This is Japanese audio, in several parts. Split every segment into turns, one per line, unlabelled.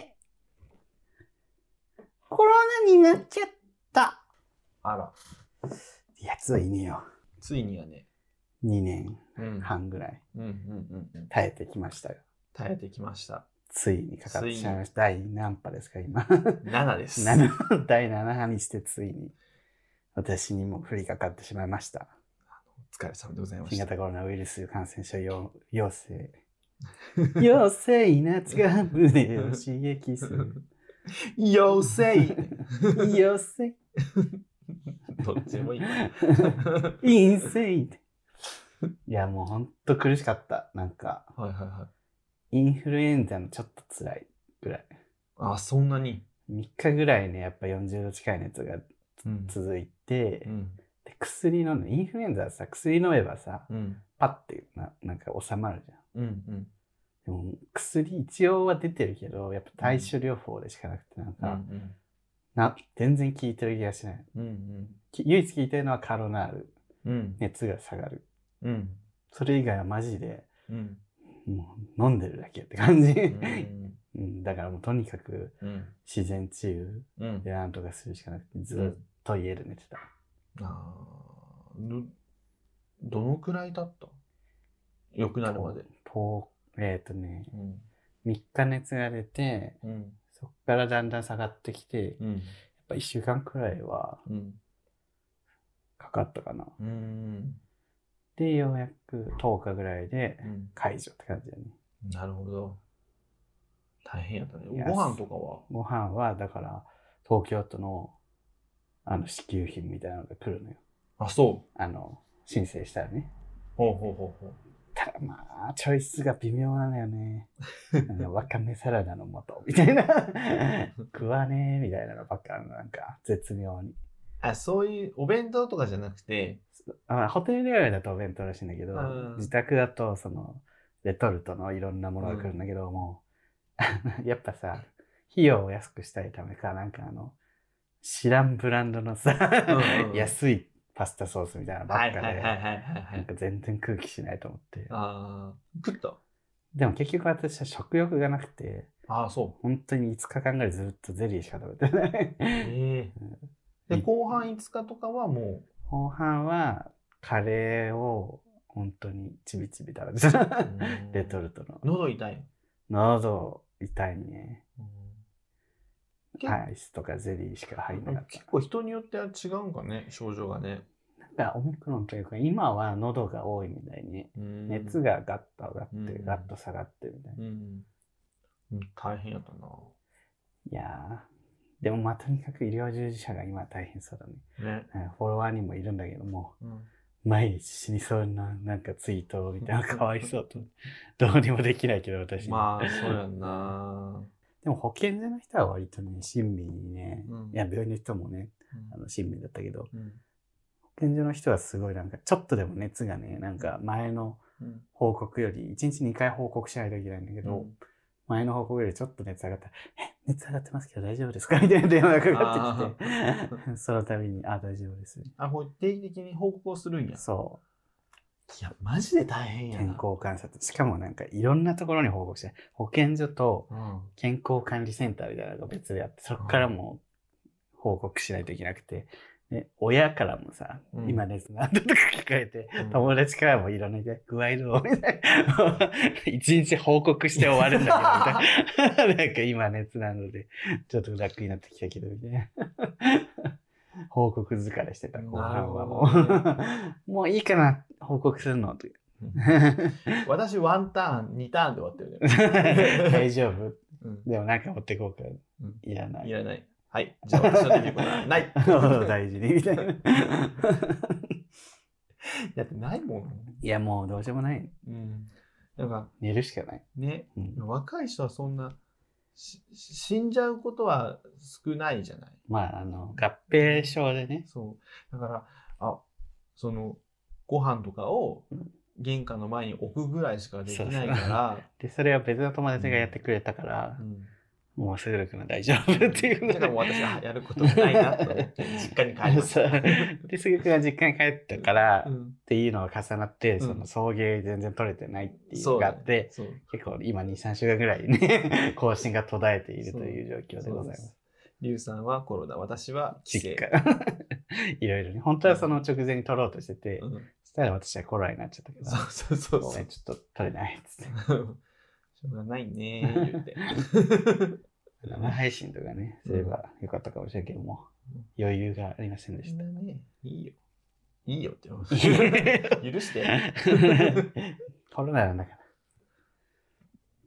てコロナになっちゃった。
あら、
やつはいねえよ。
ついにはね。
2年
うん
半ぐらい
うんうんうんうん。
耐えてきましたよ。
耐えてきました。
ついにかかってしまいました。第何波ですか、今。
7です。
7第7波にしてついに私にも降りかかってしまいました。
お疲れ様でございまし
新
た。
型コロナウイルス感染症陽陽 性。陽性夏が胸を刺激す る。
妖 精
陽性。
どっち もいいな。
陰性。いや、もうほんと苦しかった。なんか、
はいはいはい。
インフルエンザのちょっと辛いぐらい。
あ、そんなに。
3日ぐらいね、やっぱ40度近い熱が
うん
続いて、
うん。
で薬飲んで、インフルエンザはさ、薬飲めばさ、
うん。
パッてななんか収まるじゃん。
うん。うん。
でも薬一応は出てるけど、やっぱ対処療法でしかなくて、なん
う
か、
ん。
な全然効いてる気がしない。
うん。うん。
き唯一効いてるのはカロナール。
うん。
熱が下がる。
うん。
それ以外はマジで、
うん。
もう飲んでるだけって感じ。
うん。
うん、だからもうとにかく
うん。
自然治癒
うん。
でなんとかするしかなくて、ず
う
っ
ん。
と家で寝てた。
あーど、どのくらいだった良くなるまで。
とえっ、とね、
うん。
3日熱が出て、
うん。
そこからだんだん下がってきて、やっ
うん。
ぱ1週間くらいは
うん。
かかったかな。
うん。
で、ようやく10日ぐらいで
うん
解除って感じだね。
なるほど。大変やったね。
いや
ご飯とかは
ご飯は、だから、東京都の、あの、支給品みたいなのが来るのよ。
あ、そう。
あの、申請したらね。
ほうほうほうほう。
ただまあ、チョイスが微妙なのよね。あのわかめサラダの素みたいな。食わねえみたいなのばっかなんか、絶妙に。
あ、そういうお弁当とかじゃなくて、
あホテル料理だとお弁当らしいんだけど
うん、
自宅だと、その、レトルトのいろんなものが来るんだけど、もう、や っぱさ、費用を安くしたいためか、なんかあの、知らんブランドのさ、
うんうん
安いパスタソースみたいなのば
はい
っか
はいはい
で、
はい
な
はいは
ん
い。
か全然空気しないと思って。
あー食った。
でも結局私は食欲がなくて、
あーそ
本当に5日間ぐらいずっとゼリーしか食べて
う。
ない。
ええ。で、後半5日とかはも
後半は、カレーを本当にちびちび食べて
う
た。
うん、
レトルトの。
喉痛い。
喉痛いね。
うんけ
アイスとかゼリーしか入んなかっ
結構人によっては違うんかね、症状がね。
た。なんかオミクロンというか、今は喉が多いみたいに、
うん
熱。がガッと上がっ
う
て、
ん
ガッと下がってみたいな。
うん。うん大変やった
いやー、でもまあとにかく医療従事者が今大変そうだね。
な。ね。
うんフォロワーにもいるんだけども、
うん
毎日死にそうな、なんかツイートみたいな、かわいそうと。どうにもできないけど、私には。
まあ、そうやんな。
でも保健所の人は割とね、親身にね、
うん
いや、病院の人もね、あの親身だったけど、
うん
保健所の人はすごいなんか、ちょっとでも熱がね、なんか前の
うん
報告より、1日2回報告しないといけないんだけど、
うん
前の報告よりちょっと熱上がったら、え、熱上がってますけど大丈夫ですか みたいな電話がかかってき て、その度に、あ、大丈夫です。
あ、これ定期的に報告をするんや。
そ
いや、マジで大変
う、
やな。
健康観察。しかもなんかいろんなところに報告して、保健所と
うん。
健康管理センターみたいなのが別であって、そこからもう報告しないといけなくて、で親からもさ、
うん
今ですなんとか聞かれて、
うん
友達からもいろんな人具合どうみたいな。 一日報告して終わるんだけど、みたいな。 なんか今熱なので、ちょっと楽になってきたけど、みたいな。 報告疲れしてた後半はも
なるほ
う。 もういいかな、報告するのって。
私、ワンターン、二ターンで終わってる ね。
大丈夫
うん
でもなんか持ってこうか
うん。
いらないい。。
らない。はい。じゃあ、私のできることはない
大事に、みたいな。
だってないもん。
いや、もうどうしようもない。
うん。なんか、
寝るしかない。
ね、
うん
若い人はそんな、しし死んじゃうことは少ないじゃない。
まあ、あの、合併症でね。
そう。だから、あ、その、ご飯とかを
うん
玄関の前に置くぐらいしかできない
そうそう
か
で、それは別の友達がやってくれたから
ら、う、ん
もうすぐるくんは大丈夫っていうの
だからもう私はやることないなと思って実家に帰りま し
そ
た
う。で、すぐくんは実家に帰ったから、
う
っ
ん
ていうのが重なって、
うん
その送迎全然取れてないっていうのがあって、
そう
結構今2、3週間ぐらいね、 更新が途絶えているという状況で
そ
ご
う
ざい
で
ます
す。。リュウさんはコロナ、私は帰省
実。家。 いろいろね。本当はその直前に取ろうとしてて、
うん
そしたら私はコロナになっちゃったけど、
そうそうそう
ご
そ
めん、
う。
ちょっと取れないっつって。
しょうがないねー、言うて。
生配信とかね、すればよかったかもしれんけども
うん、
余裕がありませんで
み
し
んなね、いいよ。いいよって 思う。
た。
許して。
コロナなんだから。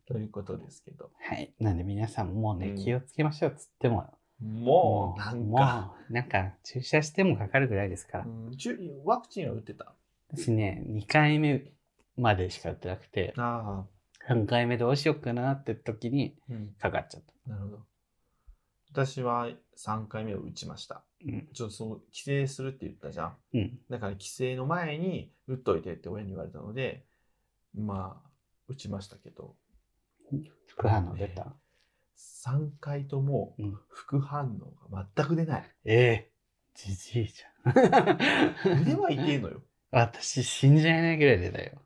ということですけど。
はい。なんで皆さんもうね、
うん
気をつけましょうっつっても、
もう、なんか。
もうなんか注射してもかかるぐらいですから。
うんちゅワクチンは打ってた。
私ね、2回目までしか打ってなくて、
ああ。
3回目どうしようかなって時に
うん。
かかっちゃった。
なるほど。私は3回目を打ちました。
うん。
ちょっとその帰省するって言ったじゃん。
うん。
だから帰省の前に打っといてって親に言われたので、まあ、打ちましたけど、
副反応出た。
3回とも
うん
副反応が全く出ない。
ええじじいじ ゃん。
腕は痛いのよ。
私、信じられないぐらい出たよ。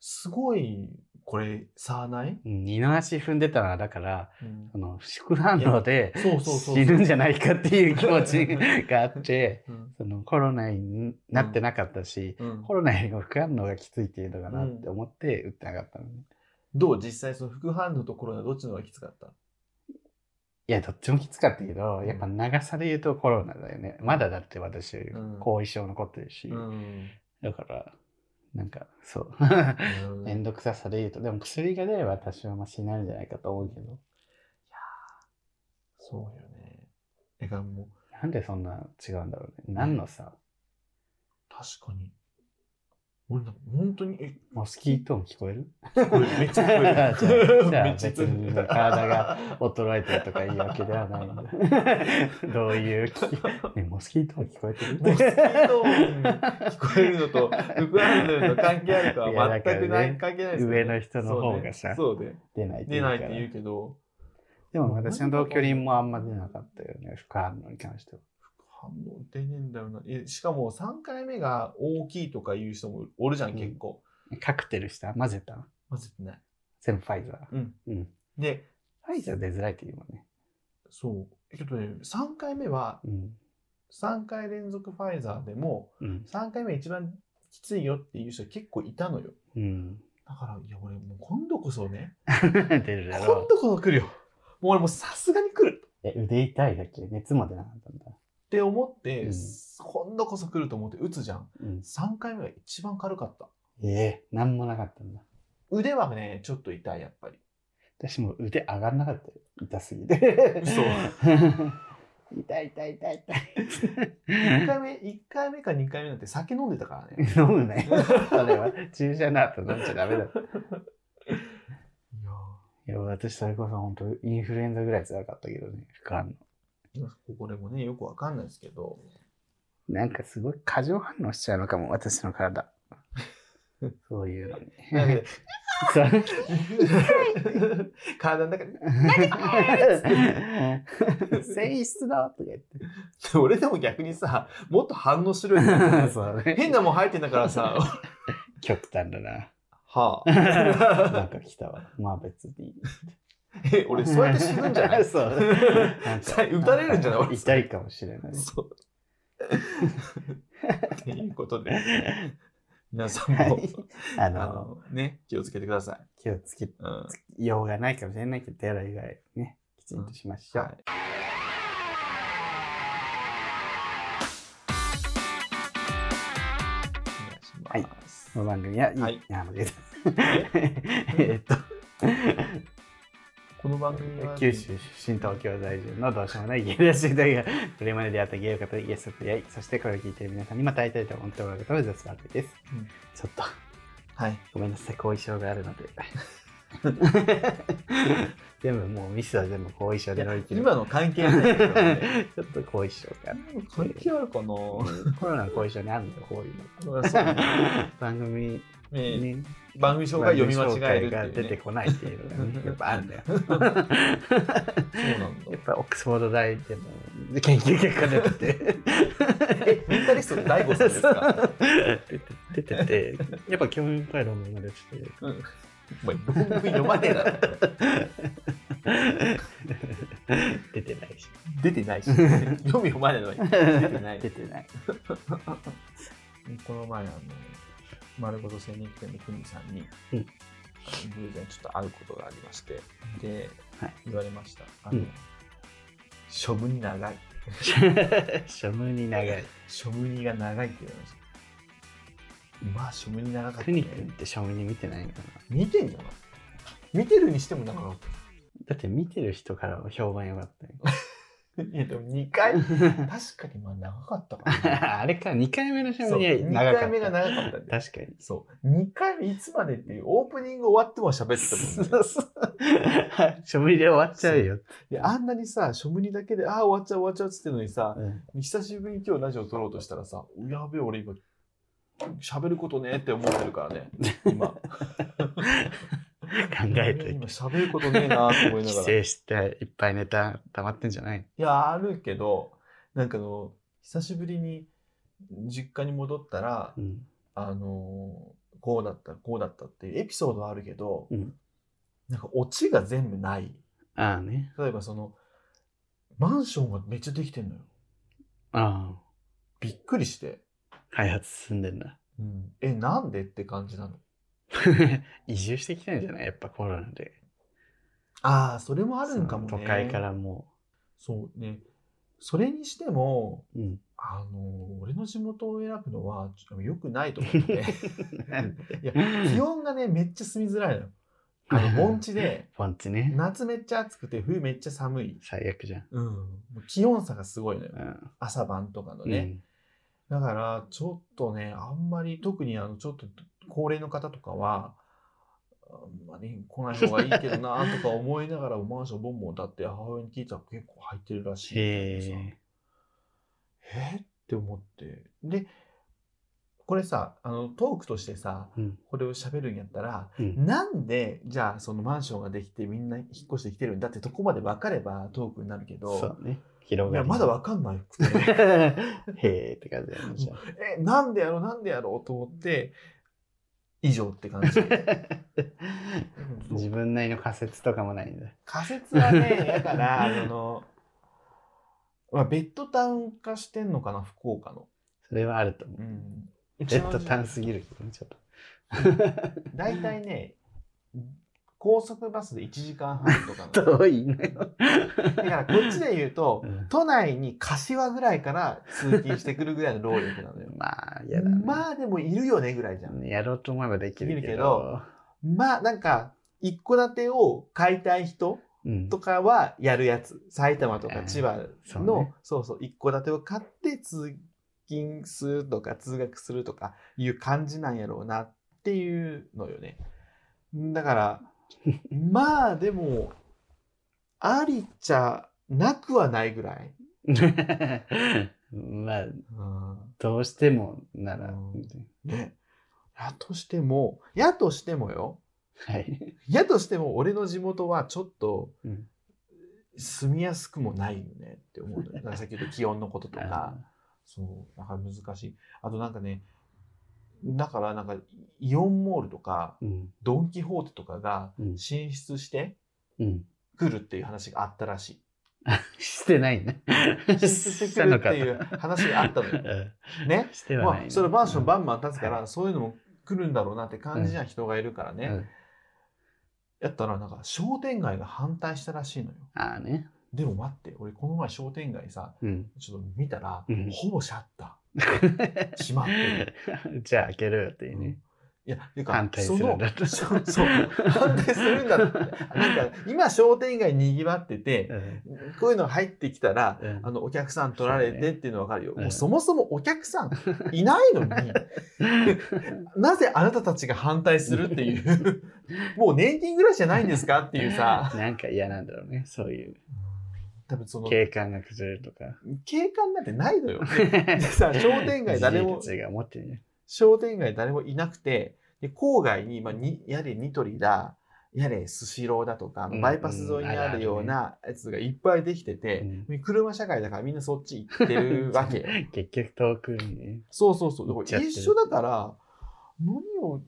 すごい、これ、差ない、
うん二の足踏んでたのは、だから、
うん
あの、副反応で
そうそうそうそ
死
う。
ぬんじゃないかっていう気持 ちがあって、
うん
そのコロナになってなかったし、
うん
コロナよりも副反応がきついっていうのかなって思って打ってなかったのね。
どう実際その副反応とコロナどっちの方がきつかった
いや、どっちもきつかったけど、
うん
やっぱ長さで言うとコロナだよね。まだだって私、
ん
後遺症残ってるし、
ん。
だから、なんか、そう。
なるほど
めん
ね
どくささで言うと、でも薬が出れば多少マシになるんじゃないかと思うけど、
そうよね。だからもう、
なんでそんな違うんだろうね。何のさ、
確かに。俺なんか本当に、え、
モスキートも聞こえ る
聞こえるめっちゃ聞こえる。
じゃあ
めっちゃ聞こえ
じ
る
ゃあ別に体が衰えてるとか言い訳ではないん だ。どういう聞き、ね、モスキートも聞こえてる
モスキート音聞こえるのと、副反応の関係あるか
いや
は
だから
全
ね
くない関係ないですよね
上の人の方がさ
そうね。
出ないっ
そ
て言
うね出
う
な
か
いって
ら。
言うけど、
でも私の同居人もあんま出なかったよね、副反応に関しては。
反応出ねえんだよな。えしかも3回目が大きいとか言う人もおるじゃ
う
ん、
ん
結構。
カクテルした混ぜた
混ぜてない。
全部ファイザー。
うん。
うん。
で、
ファイザー出づらいって言うもんね。
そう。えっとね、3回目は、3回連続ファイザーでも、
うん。うん。
3回目一番きついよっていう人結構いたのよ。
うん。
だから、いや、俺もう今度こそね、
出るだろ
今
う。
度こそ来るよ。もう俺もうさすがに来る
え、腕痛いだっけ熱も出なかったんだ。
って思って、
うん
今度こそ来ると思って打つじゃん。
うん。
3回目が一番軽かった。
ええなんもなかったんだ。
腕はね、ちょっと痛い、やっぱり。
私もう腕上がんなかったよ。痛すぎて。
嘘
痛い痛い痛い
1
痛い。
回目、一回目か2回目なんて酒飲んでたからね。
飲むね。それは注射の後飲んじゃダメだ。い
いや
や、私それこそ本当インフルエンザぐらい辛かったけどね、副反
ーここでもね、よくわかんないです けど、
応。なんかすごい過剰反応しちゃうのかも、私の体。そういうの
なん
ね。
で
そう
体の中で、
性質だとか言って。
俺でも逆にさ、もっと反応するよね
そうね
変なもん入ってんだからさ、
極端だな。
は
な
あ
ん。か来たわ。まあ別に。
え、俺そうやって死ぬんじゃな い
そう。なんか
撃たれるんじゃない
なんか痛いかもしれない。
そう。 ということで、皆さんも、
はいあ
あ
の、
の、ね、気をつけてください。
気をつけ
うん。は
ようがないかもしれないけど、手洗い以外ね、きちんとしましょう。
い。お願いします。
この番組は、い、
はいい、
や、間違えた。
え
えっと、
この番組は、
九州出身東京在住のどうしようもない芸能人大がこれまで出会った芸能方イエスと出会いそしてこれを聞いている皆さんにまた会いたいと思ってもらうことを目指す番組です、
うん
ちょっと
はい。
ごめんなさい後遺症があるの で全部もうミスは全部後遺症で乗り切る
今の関係ないけどね。
ちょっと後遺症がある
関係あるかな
コロナの後遺症にあるんだよこういうの
そうね
番組
えー
ね、
番組紹介読み間違える
番
っ
組紹介が
てい
出
う、
て
ね、
こないっていうのがね、やっぱあるんだよ。
そうなんだ
やっぱオックスフォード大っていうのは研究結果出てて
えメンタリストの大悟さんですか
出て出ててやっぱ興味深い論文が出てて
お前番組読まねえだろ
出てないし
出て ないし読み読まねえのに出てない
出てない
この前あの丸ごと精肉店のくみさんに、
うん
偶然ちょっと会うことがありましてで、
はい
言われましたあの、
うん
処分長い
書無に 長い
処分が長いって言われましたまあ処分に長かった、
国
ね、
君って書無に見てないのかな
見てんじゃない見てるにしても長かっ
だって見てる人からは評判良かったよ
たいやでも2回確かにまあ長かったかな
あれか2回目の 書
そ
無
う
には
2
長か
回
っ
目が
た
長かったんで
確かに
そう2回目いつまでっていうオープニング終わっても喋ってたもんね
そうそう書無で終わっちゃうよ
であんなにさ、ショムニだけで、ああ、終わっちゃう、終わっちゃうっつってんのにさ、
うん
久しぶりに今日ラジオ撮ろうとしたらさ、やべえ、俺今、喋ることねえって思ってるからね、 今。考
考えといて
今、喋ることねえなって思いな
帰
が
省
ら。い
していっぱいネタ溜まってんじゃない
や、あるけど、なんかあの、久しぶりに実家に戻ったら、
うん
あのーこうだった、こうだったっていうエピソードはあるけど、
うん
なんかオチが全部ない。
ああね
例えばその、マンションがめっちゃできてんのよ。
ああ
びっくりして。
開発進んでんだ
うん、えなんでって感じなの
移住してきたんじゃないやっぱコロナで
ああそれもあるんかもね
その都会からも
そうねそれにしても
う、うん、
あの俺の地元を選ぶのはちょっと良くないと思っ て いや気温がねめっちゃ住みづら いのよあの盆地で
ポンチね
夏めっちゃ暑くて冬めっちゃ寒い、
最悪じゃん、
うん、もう気温差がすごいのよ
うん
朝晩とかのね、だから、ちょっとね、あんまり、特にあの、ちょっと高齢の方とかは、あんまり来ない方がいいけどなとか思いながら、マンションボンボンだって母親に聞いたら結構入ってるらしいみたい
へ
なさ。
え
えって思って。で、これさ、あの、トークとしてさ、
うん
これを喋るんやったら、
うん
なんで、じゃあ、そのマンションができてみんな引っ越してきてるんだってとこまで分かればトークになるけ
そ
ど、
うね広
い
が
や、
り
まだ分かんないくて。
へえって感じだよねじゃあ
え、なんでやろう、なんでやろうと思って、以上って感じ。
自分なりの仮説とかもないんだ
仮説はね、だか ら、あの、まあ、ベッドタウン化してんのかな、福岡の。
それはあると思う
うん。
ベッドタウンすぎるけどねちょっと
大体ね、高速バスで1時間半 とかの。
遠いのよ、。
だから、こっちで言うと、都内に柏ぐらいから通勤してくるぐらいの労力なのよ
まあ嫌だね、
まあ、でもいるよね、ぐらいじゃん。
やろうと思えばできるけど
できるけどまあ、なんか、一戸建てを買いたい人
うん、
とかはやるやつ。埼玉とか千葉
そう
の、
ね
そうそう、一戸建てを買って通勤するとか通学するとかいう感じなんやろうなっていうのよね。だから、まあでも、ありっちゃなくはないぐらい。
まあ
うん
どうしてもなら、
うんね。やとしても、やとしてもよ。
はい
やとしても俺の地元はちょっと
うん
住みやすくもないよねって思うのよ。だからさっき言った気温のこととか。
あ
そう、だから難しい。あとなんかね、だからなんかイオンモールとか
うん
ドン・キホーテとかが
うん
進出して
うん
くるっていう話があったらし
してないね
い。進出してくるっていう話があったの よ。ね
う。んしては
ま
ない、
あ、それマンションバンバン建つか
う
ら、そういうのも来るんだろうなって感じじゃん、人がいるから
う
ね。
ん
やったらなんか商店街が反対したらしいのよ。
ああね
でも待って、俺この前商店街さ、
うん
ちょっと見たら
うん、
ほぼシャッター。閉まってる。
じゃあ開けるよっていう
うん
ね、
いや、てか
反対するんだと
そのそう そう反対するんだって。なんか、今、商店街にぎわってて、
うん
こういうの入ってきたら、
うん
あの、お客さん取られてっていうのわかるよ。
うん
もうそもそもお客さんいない のに、なぜあなたたちが反対するっていう、もう年金暮らしじゃないんですかっていうさ、
なんか嫌なんだろうねそういう
多分その、
景観が崩れるとか
景観なんてない のよ。でさ、商店街誰も
自由が持ってね
商店街誰もいなくて、でで郊外に、まあ、にやれニトリだやれスシローだとか、あの
うん
バイパス沿いにあるようなやつがいっぱいできてて、車社会だからみんなそっち行ってるわけよ。
結局遠くにね。
そうそうそう。だ
行っ
か
ちゃっ
ら
てる
一緒だから、何を言っ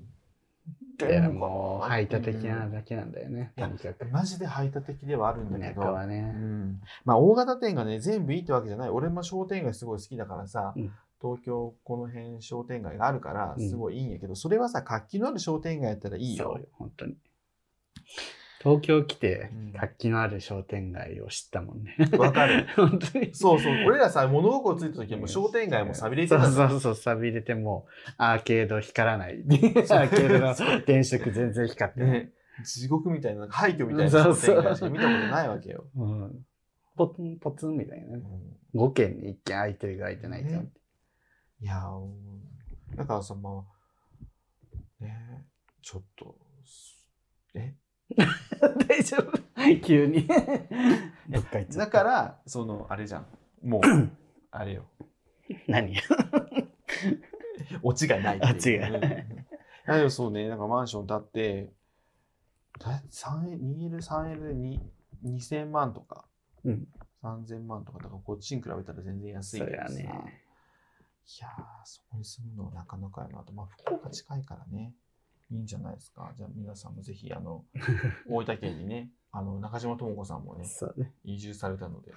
い
て
や
んのかな
もう排他的なだけなんだよね。
い
と
や
にかく。
マジで排他的ではあるんだ
田
け
舎
ど、
は
う
ね。
ん、まあ大型店がね全部いいってわけじゃない俺も商店街すごい好きだからさ、
うん
東京この辺商店街があるから
うん
すごいいいんやけど、それはさ活気のある商店街やったらいい
そ
よ
う。本当に。東京来て
うん、
活気のある商店街を知ったもんね。
わかる
本当に。
そうそう俺らさ物心ついた時はもう商店街もさびれてた
そ
の
うそうそう、さびれてもうアーケード光ら ない。アーケードの電飾全然光ってない。
ね地獄みたいな廃墟みたいな商店街しか見たことないわけよ。
うんポツンポツンみたいな
う
ね。
ん
5軒に1軒空いてるか空いてないか みたい
ねいやー、だからさ、まあ、ね、ちょっと、え
な。大丈夫急 に。どっか行っちゃった
だか。ら、その、あれじゃん。もう、あれよ。
何
オチがないってい
オ
う。
チがない
うん。いやでもそうね、なんかマンション建って、だ 3L、2L、3L に2000万とか、
うん
3000万とか、だからこっちに比べたら全然安い
そ
か
りゃ
らさ。
ね。
いやー、そこに住むのはなかなかやなと。まあ、福岡近いからね、いいんじゃないですか。じゃあ、皆さんもぜひ、あ の、大分県にね、あの、中島智子さんもね、
そうね。
移住されたの で。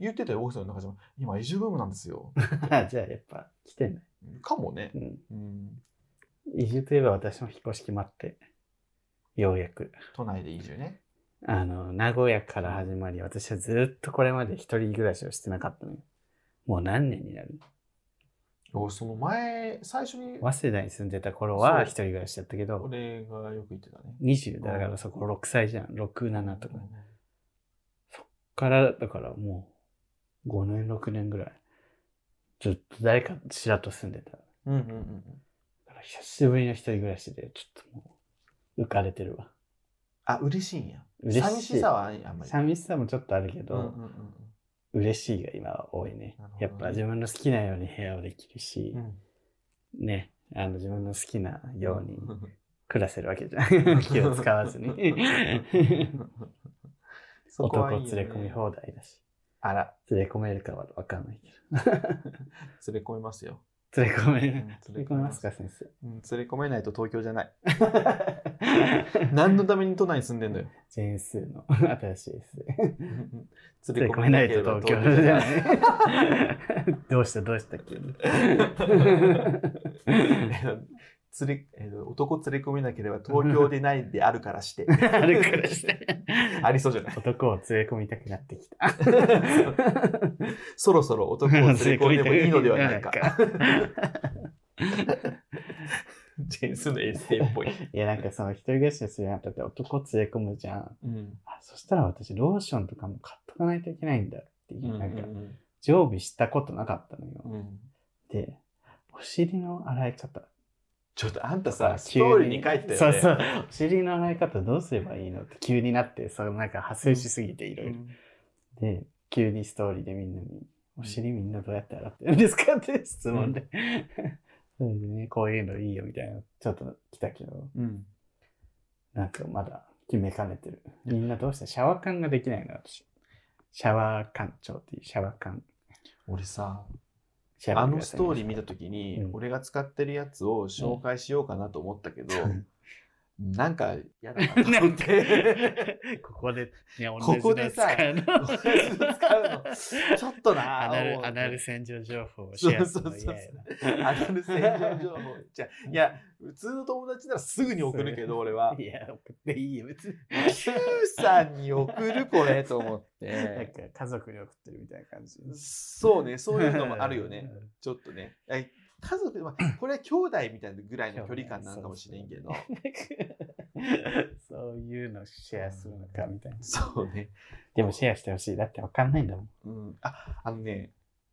言ってたよ、大木さんの中島。今、移住ブームなんですよ。
あじゃあやっぱ来てない。
かもね
う。ん。
うん。
移住といえば私も引っ越し決まって、ようやく。
都内で移住ね。
あの、名古屋から始まり、私はずっとこれまで一人暮らしをしてなかったのよ。もう何年になる
俺、その前、最初に、
早稲田に住んでた頃は
そう
一人暮らしだったけど、
俺がよく言ってたね。
20だからそこ6歳じゃん。6、7とか。から、だからもう5年、6年ぐらい。ずっと誰かちらっと住んでた。だ
うんうんうんうん。
から久しぶりの一人暮らしで、ちょっともう浮かれてるわ。
あ、嬉しいんや。
嬉しい
寂しさはあんまり。
寂しさもちょっとあるけど、
うんうんうん
嬉しいが今は多いね
なるほどね
やっぱ自分の好きなように部屋をできるし
う、ん。
ねあの自分の好きなように
ん
暮らせるわけじゃ ん気を使わずに
そこ
男を
はいい
連
よね
れ込み放題だし
あら、
連れ込めるかは分かんないけ
連れ込みますよ。
ど 連れ込め
う
る
ん
連れ込めますか先生
うん連れ込めないと東京じゃない。何のために都内に住んでんのよ。
全数の新しいですね
連。
連れ込めないと東京じゃないい どうしたどう した急に
連れえー男連れ込めなければ東京でないであるからして。
あるからして
ありそうじゃない。
男を連れ込みたくなってき た
そろそろ男を連れ込んでもいいのではな いか。ジェンスのエッセイっぽい。
いやなんかその一人暮らしするにあたって男を連れ込むじゃん。
うん
あそしたら私ローションとかも買っとかないといけないんだっていう、
うん
なんか常備したことなかったの
う
よ。
んうん
で、お尻の洗い方。
ちょっとあんた
あ
さ、ストーリーに書いてたよね。
そうそう。お尻の洗い方どうすればいいのって急になって、そのなんか派生しすぎていろいろ。で、急にストーリーでみんなに、お尻みんなどうやって洗ってるんですかって質問で。 それでね、こういうのいいよみたいな、ちょっと来たけど。
うん
なんかまだ決めかねてる。みんなどうしてシャワー感ができないの私。シャワー感長っていうシャワー感。
俺さ、
シャ
あ
ワ
のストーリ
ー
ー見たときに、
うん
俺が使ってるやつを紹介しようかなと思ったけど、
うん
なんか嫌だなと思って。
ここで、いや、
ここでさ
同じの使うの
同じの使うのちょっとな
アナ
もう
ル、アナル洗浄情報をシェアするの嫌や な
アナル洗浄情報。じゃあいや、普通の友達ならすぐに送るけど、俺は。
いや、送っていいよ、別に。
Q さんに送る、これ、と思っ
なん
て。
か家族に送ってるみたいな感じ。
そうね、そういうのもあるよね。
うん。
ちょっとね。え家族、まあこれは兄弟みたいなぐらいの距離感なのかもしれんけど。
そういうのシェアするのかみたいな。
そうね。
でもシェアしてほしい。だってわかんないんだもん。
うん、ああのね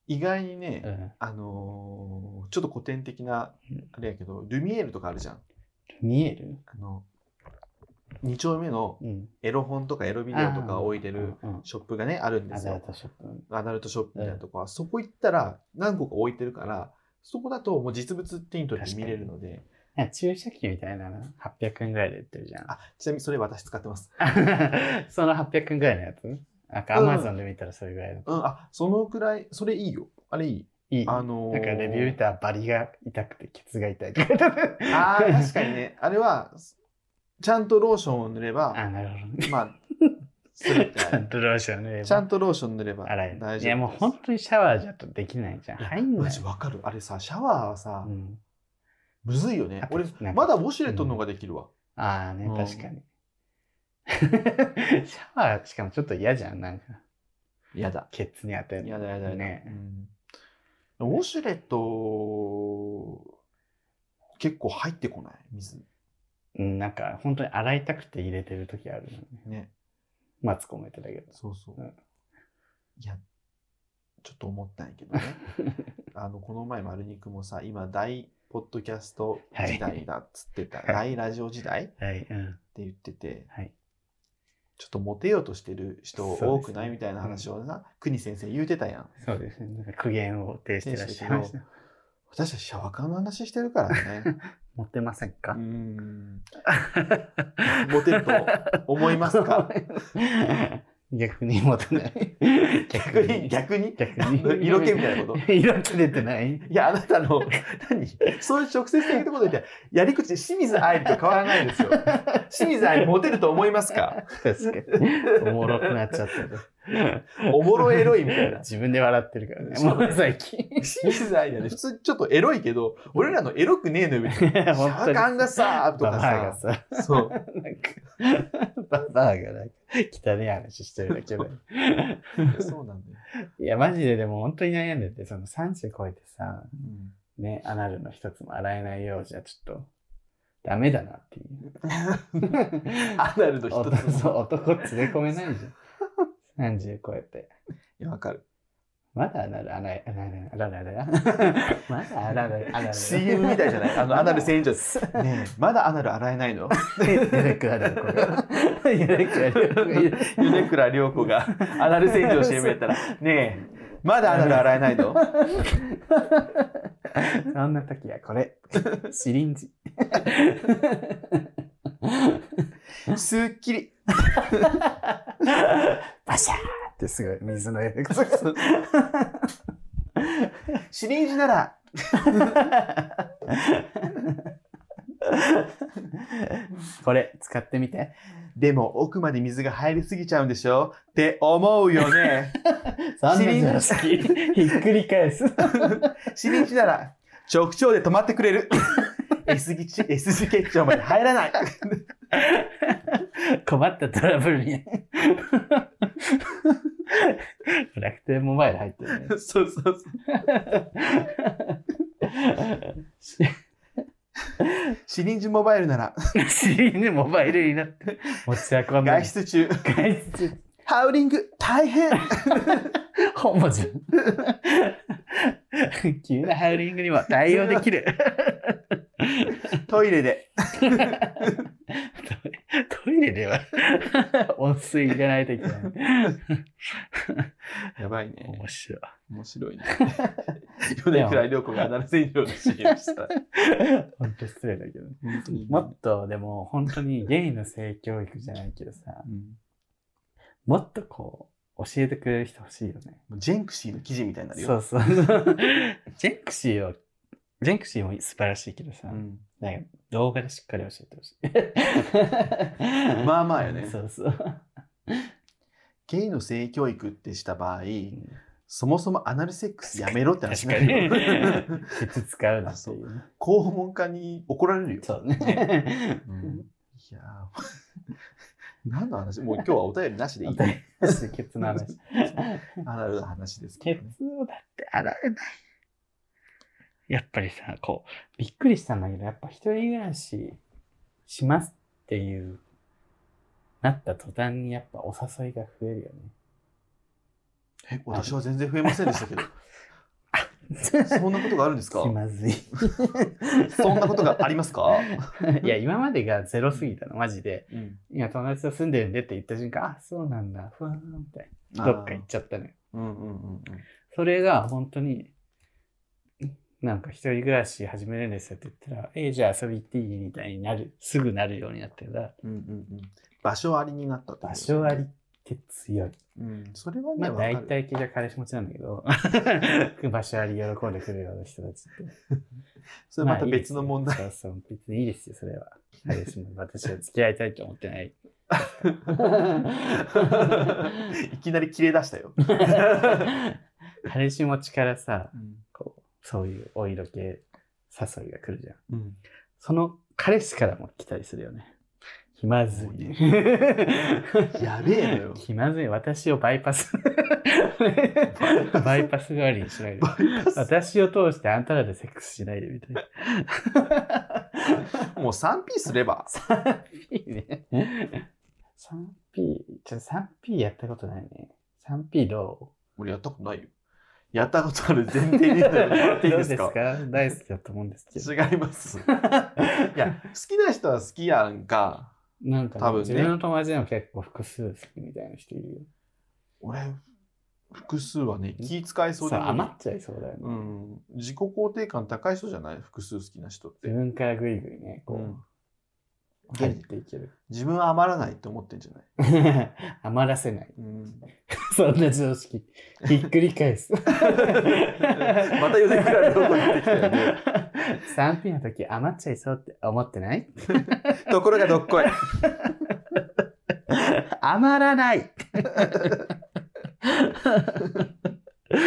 意外にね、
うん
あのーちょっと古典的な
うん
あれやけどルミエールとかあるじゃん
見える
あの2丁目の
うん。
エロ本とかエロビデオとかを置いてる
うん
ショップがねあるんで
ア
す
ダル
よ
トショップ。
アダルトショップみたいなとこは、そこ行ったら何個か置いてるからそこだともう実物手に取って見れるので
なんか注射器みたいなの800円ぐらいで売ってるじゃん。
あ、ちなみにそれ私使ってます。
その800円ぐらいのやつなんかア
うん
マゾンで見たらそれぐらいの。
うん、あ、そのくらい、それいいよ。あれいい。
いい。な
あ
んか
のー
レビュー見たらバリが痛くてケツが痛いとか言ってた。
ああ、確かにね。あれは、ちゃんとローションを塗れば、
あ、なるほどね。
まあ、するって
ち ゃんとローション塗れば。
ちゃんとローション塗れば
洗え
大
る
丈夫です。
いやもう本当にシャワーじゃとできないじゃん。入んな
マ
い
ジ。わかる。あれさ、シャワーはさ
う、ん、
むずいよね
あ。と
俺
なん、か
まだウォシュレットの方ができるわ。
ああね、
うん
確かに。 シャワーしかもちょっと嫌じゃん。なんか、
やだ。
ケツに当てるの。
やだやだやだ。
ね
うんウォシュレット、結構入ってこない水。
うん、なんか本当に洗いたくて入れてる時あるのね。
ね。
マツコも言ってたけど。
そうそう。
うん
いや、ちょっと思ったんやけど ね。あの、この前、丸肉もさ、今、大ポッドキャスト時代だっつってた、
はい
大ラジオ時代って
はい、うん。
言ってて、
はい。
ちょっとモテようとしてる人多くない
そうですね
みたいな話をな、国先生言うてたやん。
そうですね。なんか苦言を呈してらっしゃいました。
私たちシャワカンの話してるから ね。
持ってません
う
か
ーん。モテると思いますか
逆に持てない。
逆に、逆に
逆
あ
に
の色気みたいなこと
と色気出てない
いや、あなた の、何そういう直接的なこと言って、やり口、清水愛と変わらないですよ。清水愛モテると思いますか
確かに。おもろくなっちゃってる。
おもろエロいみ たいな。
自分で笑ってるからね。
そう
もう最近。
清水愛はね、普通ちょっとエロいけど、俺らのエロくねえのよ、別に。シャーカンがさ、と
バ
か
バアが
さ、
さ、
そう。
なんか、ババアがなんか、汚い話してるだけで。
そうなんだよ。
いや、マジででも本当に悩んでて、その30超えてさ、ね、アナルの一つも洗えないようじゃちょっと、ダメだなっていう。
アナルの一
男
つ。
そう男連れ込めないじゃん。30超えて。
いや、わかる。
まだアナル、洗え、あららららら。まだあらららら。
CM みたいじゃないあの、アナ ル洗浄です。ねえ、まだアナル洗えないの
ゆでくある子が。 ゆでくある子がいる。
ゆでくら涼子がアナル洗浄して m やったら、ねえ、まだアナル洗えないの
そんな時はこれ。シリンジ。
すっきり。
バシャーってすごい水のエフェクトが。
シリンジなら、
これ使ってみて。
でも奥まで水が入りすぎちゃうんでしょって思うよね。
そん
シリンジ
な常識。ひっくり返す。
シリンジなら、直腸で止まってくれる。S 字結 S 字結腸まで入らない。
困ったトラブルに。楽天モバイル入ってるね。
そうそうそう。シリンジモバイルなら、
シリンジモバイルになって持ち運んで
外出中、
外出中
ハウリング大 変。
本文字急なハウリングにも対応できる
トイレで、
トイレでは温水入れないといけない
やばいね。
面白い
面白 いね。米倉涼子がアナル洗浄の CM した。
本当失礼だけどね
本当に
もっとでも本当にゲイの性教育じゃないけどさ
うん
もっとこう教えてくれる人欲しいよね
もうジェンクシーの記事みたいになるよ。
そうそう ジェンクシーをジェンクシーも素晴らしいけどさ、
うん
なんか動画でしっかり教えてほしい
まあまあよね
そうそう、
ゲイの性教育ってした場合、そもそもアナルセックスやめろって話
確
にな
か
る
に
よ。
鉄使う なっていうね
肛門科に怒られるよ。
そうね
うんいやー 何の話もう今日はお便りなしでいい。
ケツの話
アナルの話ですけ
ケ
どね。
ツをだって洗えないやっぱりさこうびっくりしたんだけどやっぱ一人暮らししますっていうなった途端にやっぱお誘いが増えるよ
え私は全然増えませんでしたけど、
ね
そんなことがあるんですか
気まずい
そんなことがありますか、
いや今までがゼロすぎたのマジで
うん、
今友達と住んでるんでって言った瞬間あそうなんだふわーんみたいなどっか行っちゃったのよ
うんうんうんうん。
それが本当に、なんか一人暮らし始めるんですよって言ったら、えーじゃあ遊び行っていいみたいになる、すぐなるようになってた。
うんうんうん、場所ありになったってこと
場所割りって強い。
うん、それはね、
まあ
わかる
大体聞いた彼氏持ちなんだけど、 場所割り喜んでくるような人たちって。
それまた別の問題。
まあいいですよそうそう、別にいいですよ、それは。彼氏も私は付き合いたいと思ってない。
いきなり切れ出したよ。
彼氏持ちからさ、
うん
こう、そういうお色気誘いが来るじゃん。
うん、
その彼氏からも来たりするよね。気まずい。
やべえのよ
気まずい。私をバイパス。バイパス代わりにしないで。私を通してあんたらでセックスしないでみたいな。
もう 3P すれば。
3P ね。3P、ちょ、3P やったことないね。3P ど
俺やったことないよ。やったことある前
う
提で言ってもらっていい
どうで
で
すす
か
か大好きだと思うんですけど。
違い ます。いや、好きな人は好きやんか。
なんかね、
多分ね
自分の友達でも結構複数好きみたいな人いるよ。
俺、複数はね、気使いそうで
さ
無理
余っちゃいそうだよね。
うん。自己肯定感高い人じゃない複数好きな人って。
自分からぐいぐいね、こう、
うん
入っていける。
自分は余らないって思ってんじゃない、
余らせない。
うん、
そんな常識。ひっくり返 す。ま
た寄せくられること言ってきた よね。
賛否の時余っちゃいそうって思って ない
ところがどっこい。
余らない
余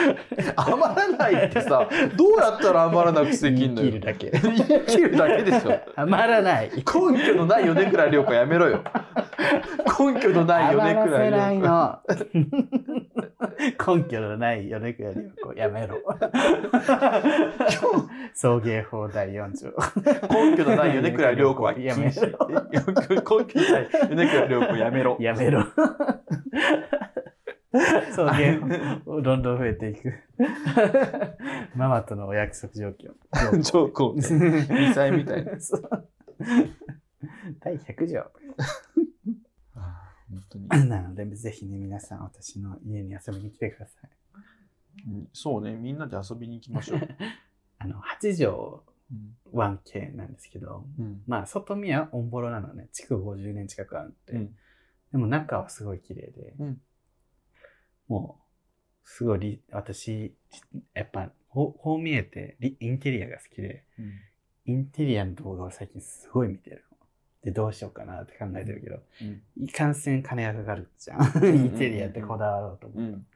らないってさ、どうやったら余らなくせきんの
言い切る。
よ
だけ。
生きるだけでしょ。
余らない。
根拠のない米倉涼子やめろよ。根拠のない
余
米
らせ
倉
ない
涼子。
の。 根拠のない米倉涼子やめろ。送迎法第4条。
根拠のない米倉涼子は禁
やめ
止。根拠のない米倉涼子やめろ。
や めろ。送迎法、どんどん増えていく。ママとのお約束状況。
超高ね。
2
歳みたい
な。そう第100条。
あー本当に。
なので、ぜひね、皆さん、私の家に遊びに来てください。
うんそうね、みんなで遊びに行きましょう。
あの、8畳
うん。
1K なんですけど、
うん
まあ、外見はオンボロなのね、築50年近くあるんで、
うん
でも中はすごい綺麗で、
うん
もう、すごいり、私、やっぱ、こうこう見えてリ、インテリアが好きで、インテリアの動画を最近すごい見てるの。で、どうしようかなって考えてるけど、
うん
いかんせん金がかかるじゃん。インテリアってこだわろうと思う。
うん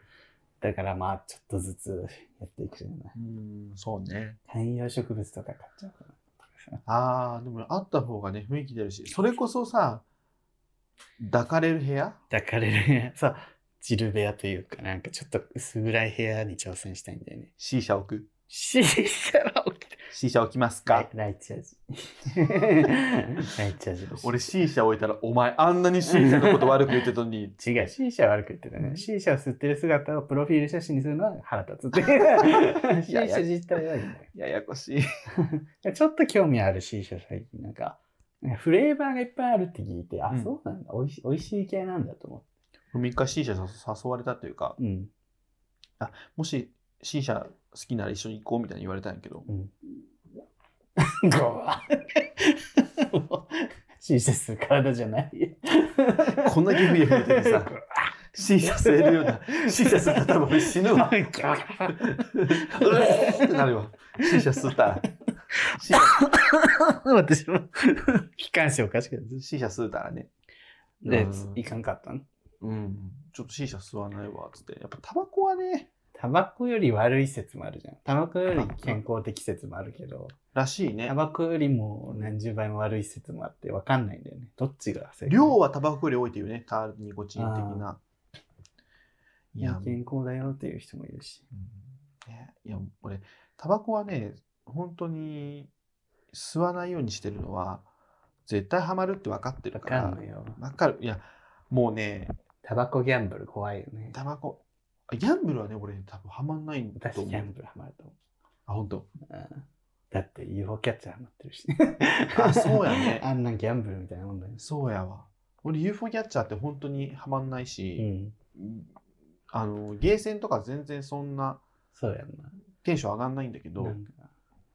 だからまあ、ちょっとずつやっていくじゃない。
うん、そうね。
観葉植物とか買っちゃうか
ああ、でもあった方がね、雰囲気出るし、それこそさ、抱かれる部屋
ら。だからね、 そう、ジル部屋というか、なんかちょっと薄暗い部屋に挑戦したいんだよね。
シーシャ置く
シーシャは置きたい
シーシャ置きますか、
ライチ 味。ライチ味の。、
俺、シーシャ置いたら、お前、あんなにシーシャのこと悪く言ってたのに
違う、シーシャは悪く言ってたね。シーシャを吸ってる姿をプロフィール写真にするのは腹立つって。シ ーシ
やいや
ャ自体はいいんだよ。
ややこしい。
いやちょっと興味あるし、最近なんか、なんかフレーバーがいっぱいあるって聞いて、あ
う、ん
そうなんだ、おいし美味しい系なんだと思って。
3日シーシャ誘われたというか、
うん。
もしシーシャ好きなら一緒に行こうみたいに言われたんやけ ど、
うん。ごわ。もうシーシャス体じゃない。
こんなギフギフ言ってて さ、シーシャ吸えるような、シーシャ吸ったら多分俺死ぬわ。 うえーってなるわ。シーシャ吸ったら。シーシ
私も、機関士おかしくなっ
ャシーシャ吸ったらね。
たで
うん、
いかんかったの。
うん。ちょっとシーシャ吸わないわ、つって。やっぱタバコはね、
タバコより悪い説もあるじゃん。タバコより健康的説もあるけど、
らしいね
タ。バコよりも何十倍も悪い説もあって分かんないんだよね。どっちが正解
量はタバコより多いっていうね、タールニコチン的な。いや、うん
健康だよっていう人もいるし。
ねいや俺、タバコはね、本当に吸わないようにしてるのは、絶対ハマるって分かってる
わ
か。
からんのよ。
分かる。いや、もうね、
タバコギャンブル怖いよね。
タバコ、あギャンブルはね、俺多分ハマんないんだ
私
と
ギ
思
ャン
う。
ブルハマると思
あ、本当。
う。うんだって UFO キャッチャーハマってるし。
あそうやね
あんなギャンブルみたいなもんだよ。
そうやわ。俺 UFO キャッチャーって本当にハマんないうし、
ん。
あのゲーセンとか全然そんな
そうやんな。
テンション上がんないんだけど、
なんか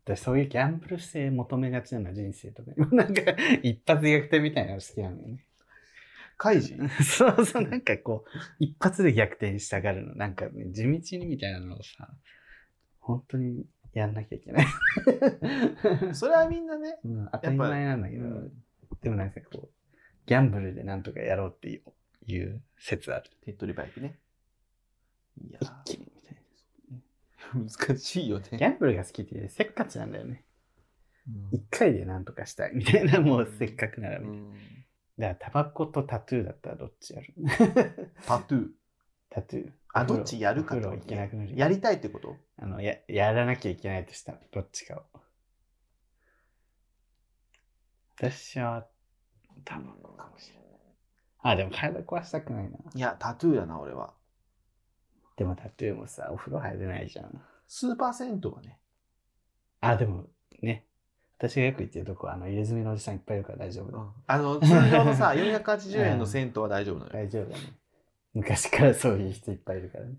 私そういうギャンブル性求めがちなの人生とか。 なんか一発逆転みたいなの好きなのよね。
カイジ
そうそう、なんかこう、一発で逆転したがるの。なんかね、地道にみたいなのをさ、本当にやんなきゃいけない。
それはみんなね、
うん、当たり前なんだけど、でもなんかこう、ギャンブルでなんとかやろうっていういう説ある。
手っ取り早くね。いや
一気にみたい
ー、難しいよ
な。ギ
ね。
ャンブルが好きってせっかちなんだよね。
うん
一回でなんとかしたいみたいな、もうせっかくならみたいな。
うん
だから、タバコとタトゥーだったらどっち やる
タトゥー。
タトゥー。
あ、どっちやるか
お
と
風呂行けなくなる。
やりたいってこと
あのややらなきゃいけないとしたらどっちかを。私はタバコかもしれない。あ、でも体壊したくないな。
いや、タトゥーだな、俺は。
でもタトゥーもさ、お風呂入れないじゃん。
スーパー銭湯はね。
あ、でもね、私がよく行ってるとこ、あの入れ墨のおじさんいっぱいいるから大丈夫だ。
あの、通常 のさ、480円の銭湯は大丈夫なのよ。
大丈夫だね。昔からそういう人いっぱいいるからね。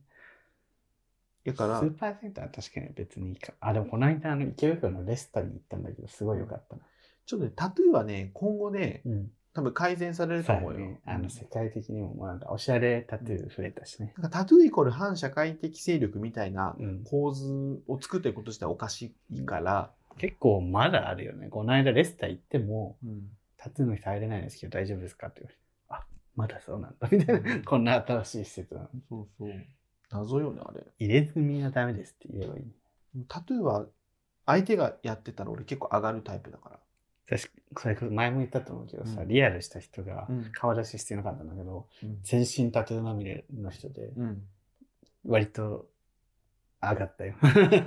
だから
ス、ーパーセンターは確かに別にいいか。あ、でもこの間、あの、池袋のレストに行ったんだけど、すごい良かったな。
ちょっとね、タトゥーはね、今後ね、
うん。
多分改善されると
そう
思う
だ
よ。
ね。あの、世界的にも、もうなんか、おしゃれタトゥー増えたしね。
なんかタトゥーイコール反社会的勢力みたいな
うん。
構図を作っていくこと自体おかしいから、
結構まだあるよね。この間レスタ行っても、
うん
タトゥーの人入れないんですけど大丈夫ですかって言われて、あ、まだそうなんだ。みたいな。こんな新しい施設なのに。
そうそう。謎よね、あれ。
入れ墨はダメですって言えばいい。
タトゥーは相手がやってたら俺結構上がるタイプだから。
確かそれこそ前も言ったと思うけどさ、
うん
リアルした人が
うん
顔出ししてなかったんだけど、
うん
全身タトゥーまみれの人で、
うん、
割と上がったよ。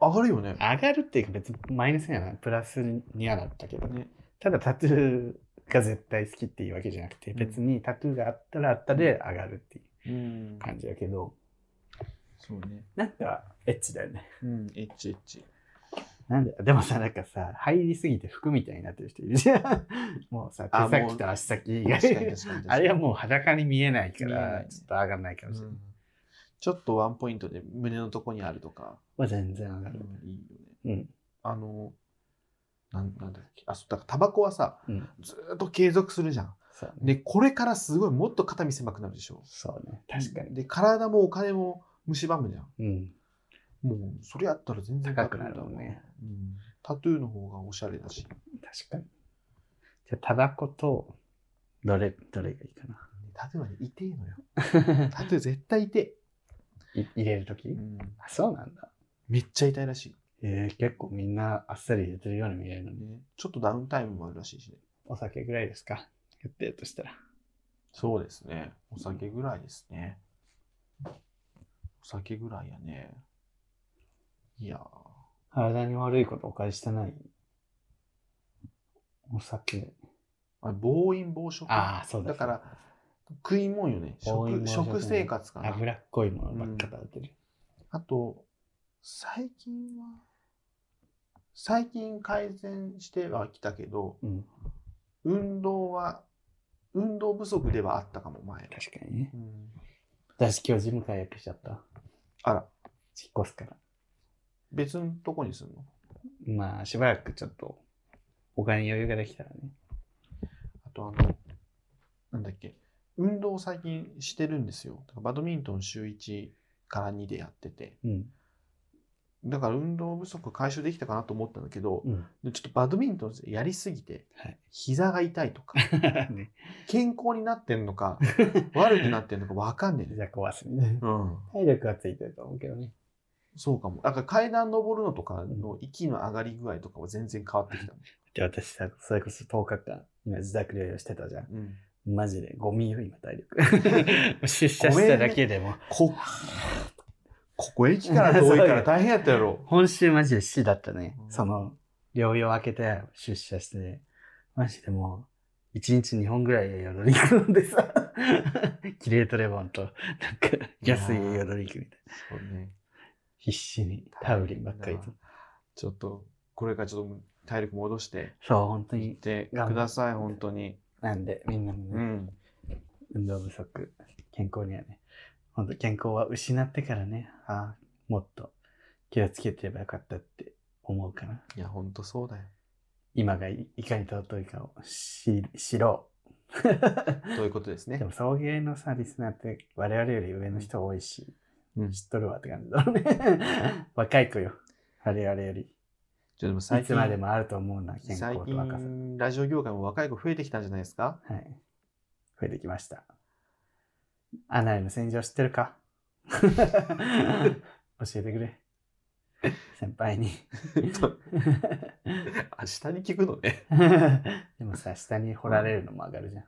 上がるよね。
上がるっていうか別にマイナスにはないプラスにはなったけどね
ね
ただタトゥーが絶対好きっていうわけじゃなくて
うん
別にタトゥーがあったらあったで上がるってい
うん
う感じだけど
そうね。
なんかエッチだよね
うん、エッチエッチ。
なん ででもさなんかさ入りすぎて服みたいになってる人いるじゃん もうさ
あ
手先と足先以
確か
外
に確かに確か に。
あれはもう裸に見えないか
見えな
ら
い
ちょっと上がんないかもしれ
う
ない、
んちょっとワンポイントで胸のとこにあるとか、
は全然上
う
が
ん
る
いいよね。
うん
あの、なんなんだっけ。あ、そう、だからタバコはさ、
うん
ずーっと継続するじゃん。
そうね
で、これからすごいもっと肩身狭くなるでしょ。
そうね確かに
で、体もお金も蝕むじゃん。
うん
もう、それやったら全然
高くなるもん
わ
ね。
うんタトゥーの方がおしゃれだし。
確かにじゃあタバコとどれどれがいいかな
タトゥーはね、痛えのよ。 タトゥー絶対痛え。
い入れるとき、
うん
あそうなんだ。
めっちゃ痛いらし
えー、結構みんなあっさり入れてるように見えるの
い、
に。
ね。ちょっとダウンタイムもあるらしいしね。
お酒ぐらいですかやってるとしたら。
そうですね。お酒ぐらいですね。お酒ぐらいやね。いやー
体に悪いことお返してない。お酒。
あれ暴飲暴食。
ああ、そうだ。
だから、食いもんよね。
暴飲暴
食
食ね
食生活かな。
脂っこいものばっか食べてる。
あと、最近は、最近改善してはきたけど、
うん、
運動は、運動不足ではあったかも、前は。
確かにね。
うん
私今日ジム解約しちゃった。
あら、
引っ越すから。
別のとこにすんの
まあ、しばらくちょっと、お金に余裕ができたらね。
あと、あの、なんだっけ、運動を最近してるんですよ。だからバドミントン週1から2でやってて。
うん。
だから運動不足解消できたかなと思ったんだけど、
うん。
でちょっとバドミントンやりすぎて
はい、
膝が痛 いとか、
ね、
健康になってんのか、 悪くなってんのかわかんねえね。
膝壊すみたいな。
うん。
体力はついてると思うけどね。
そうかも。なんか階段登るのとかの息の上がり具合とかは全然変わってき たも
で、私さ、それこそ10日間、今自宅療養してたじゃん。
ん。うん。
マジでゴミよ、今、体力。 出社しただけでも。
こ、ここ駅から遠いから大変やった やろ。
今週マジで死だったね
う。ん
その、療養明けて出社して、マジでもう、1日2本ぐらいヨドリンク飲んでさ、 キレートレモンと、なんか、安いヨドリンクみたいな。
そうね。
必死にタウリンばっかりと。
ちょっと、これからちょっと体力戻して、
そう、本当
行っ
に。
てください、本当に。
なんで、みんなも
う
ね、
ん。
運動不足、健康にはね、本当健康は失ってからね、ああ、もっと気をつけてればよかったって思うかな。
いや、ほんとそうだよ。
今がいいかに尊いかを知知ろ
ということです
う。で
ね。
も送迎のさ、リスナーって我々より上の人多いし、
うん。ち
知っとるわって感じだろうね。若い子よ。我々より。
ょでも最
いつ
近、
までもあると思うな、健
最
康と若さ。
近、ラジオ業界も若い子増えてきたんじゃないです か
はい。増えてきました。アナルの洗浄知ってる か教えてくれ。先輩に。
と明日に聞くのね。
でもさ、下に掘られるのも上がるじゃん。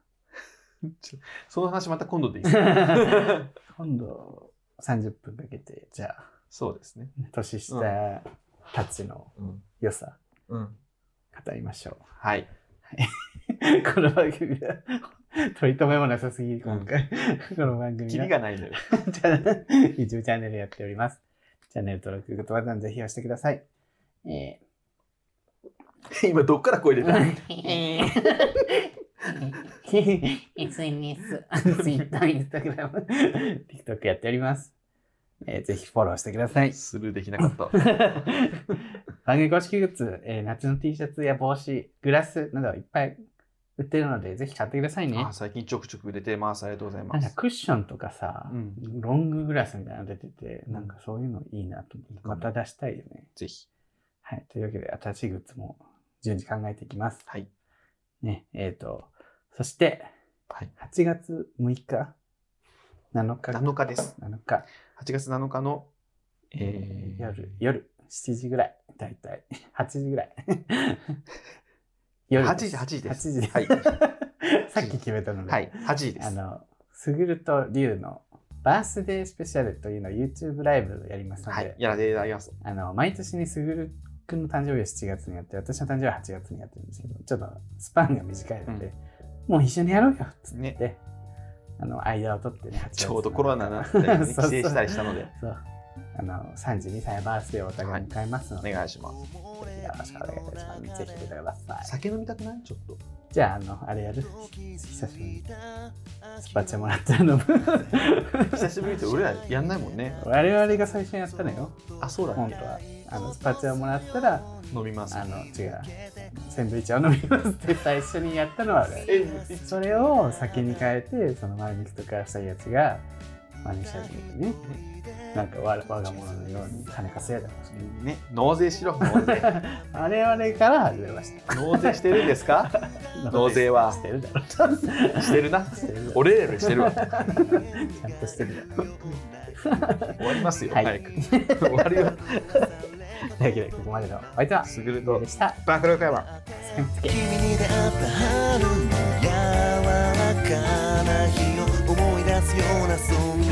ちょ その話また今度でいい ですか
今度30分かけて、じゃあ、
そうですね。
年下たちの
うん。
良さ、
うん。
語りましょう。
はい。
この番組は、取り留めもなさすぎる、今回。この番組は。
キリ がないのよ。
チャンネル YouTube チャンネルやっております。チャンネル登録、グッドボタンぜひ押してください。え
今、どっから声出た
SNS、
Twitter、Instagram、TikTok やっております。えーぜひフォローしてください。
スルーできなか った。
番組公式グッズ、えー夏の T シャツや帽子、グラスなどいっぱい売ってるので、ぜひ買ってくださいね
あ。最近ちょくちょく売れてます。ありがとうござい
な
ま
んか
す。
クッションとかさ、
うん
ロンググラスみたいなの出てて、
うん
なんかそういうのいいなと思って、
かも
また出したいよね。
ぜひ。
はい。というわけで、新しいグッズも順次考えていきます。
はい。
ね。えっ、と、そして、
はい。
8月6日 ?7 日
7日です。
7日、
8月7日の、えー、
夜、夜、7時ぐらい。だいたい。8時 ぐらい。
8時、8時です。
8時です。
はい。
さっき決めたので。
はい、8時で
あ
す。
の、すぐるとりゅうのバースデースペシャルというのを YouTube ライブやりますので、
はい、やらせていただきます。
あの、毎年にすぐるくんの誕生日は7月にやって、私の誕生日は8月にやってるんですけど、ちょっとスパンが短いので、もう一緒にやろうよっつっ
ね、
て、あの、間を取ってね、8月
ちょうどコロナになった
の
り、ね、
で
規
そうそう
制したりしたので、
そう。あの、32歳バースデーをお互い迎えますの
お
で、
願いします。
よろしくお願いいたします。ぜひ来てください。
酒飲みたくないちょっと。
じゃあ、あの、あれやる久しぶりに。スパチャもらったの。
久しぶりって俺らやんないもんね。
我々が最初にやったのよ、
あ、そうだ
本
ね。
当は。あの、スパチャをもらったら、
飲みます。
あの違うセンドイッチを飲みますって最初にやったのはね
え、
それを先に変えてその前に人からしたやつが真似し始めてねなんか我我が物のように金稼いだかもしれ
ね、納税しろ、納税。
ないあれから始めました
納税してるんです か納税は
してるだろ
してるな
してる。
俺らよりしてるわ。
ちゃんとしてるだろ
終わりますよ、
はい
早く。終わるよ。
という わけでここまでのお相手は
すぐると
でした
バクロカ山。
せんつけ
君に出会った春の柔らかな日を思い出すようなそんな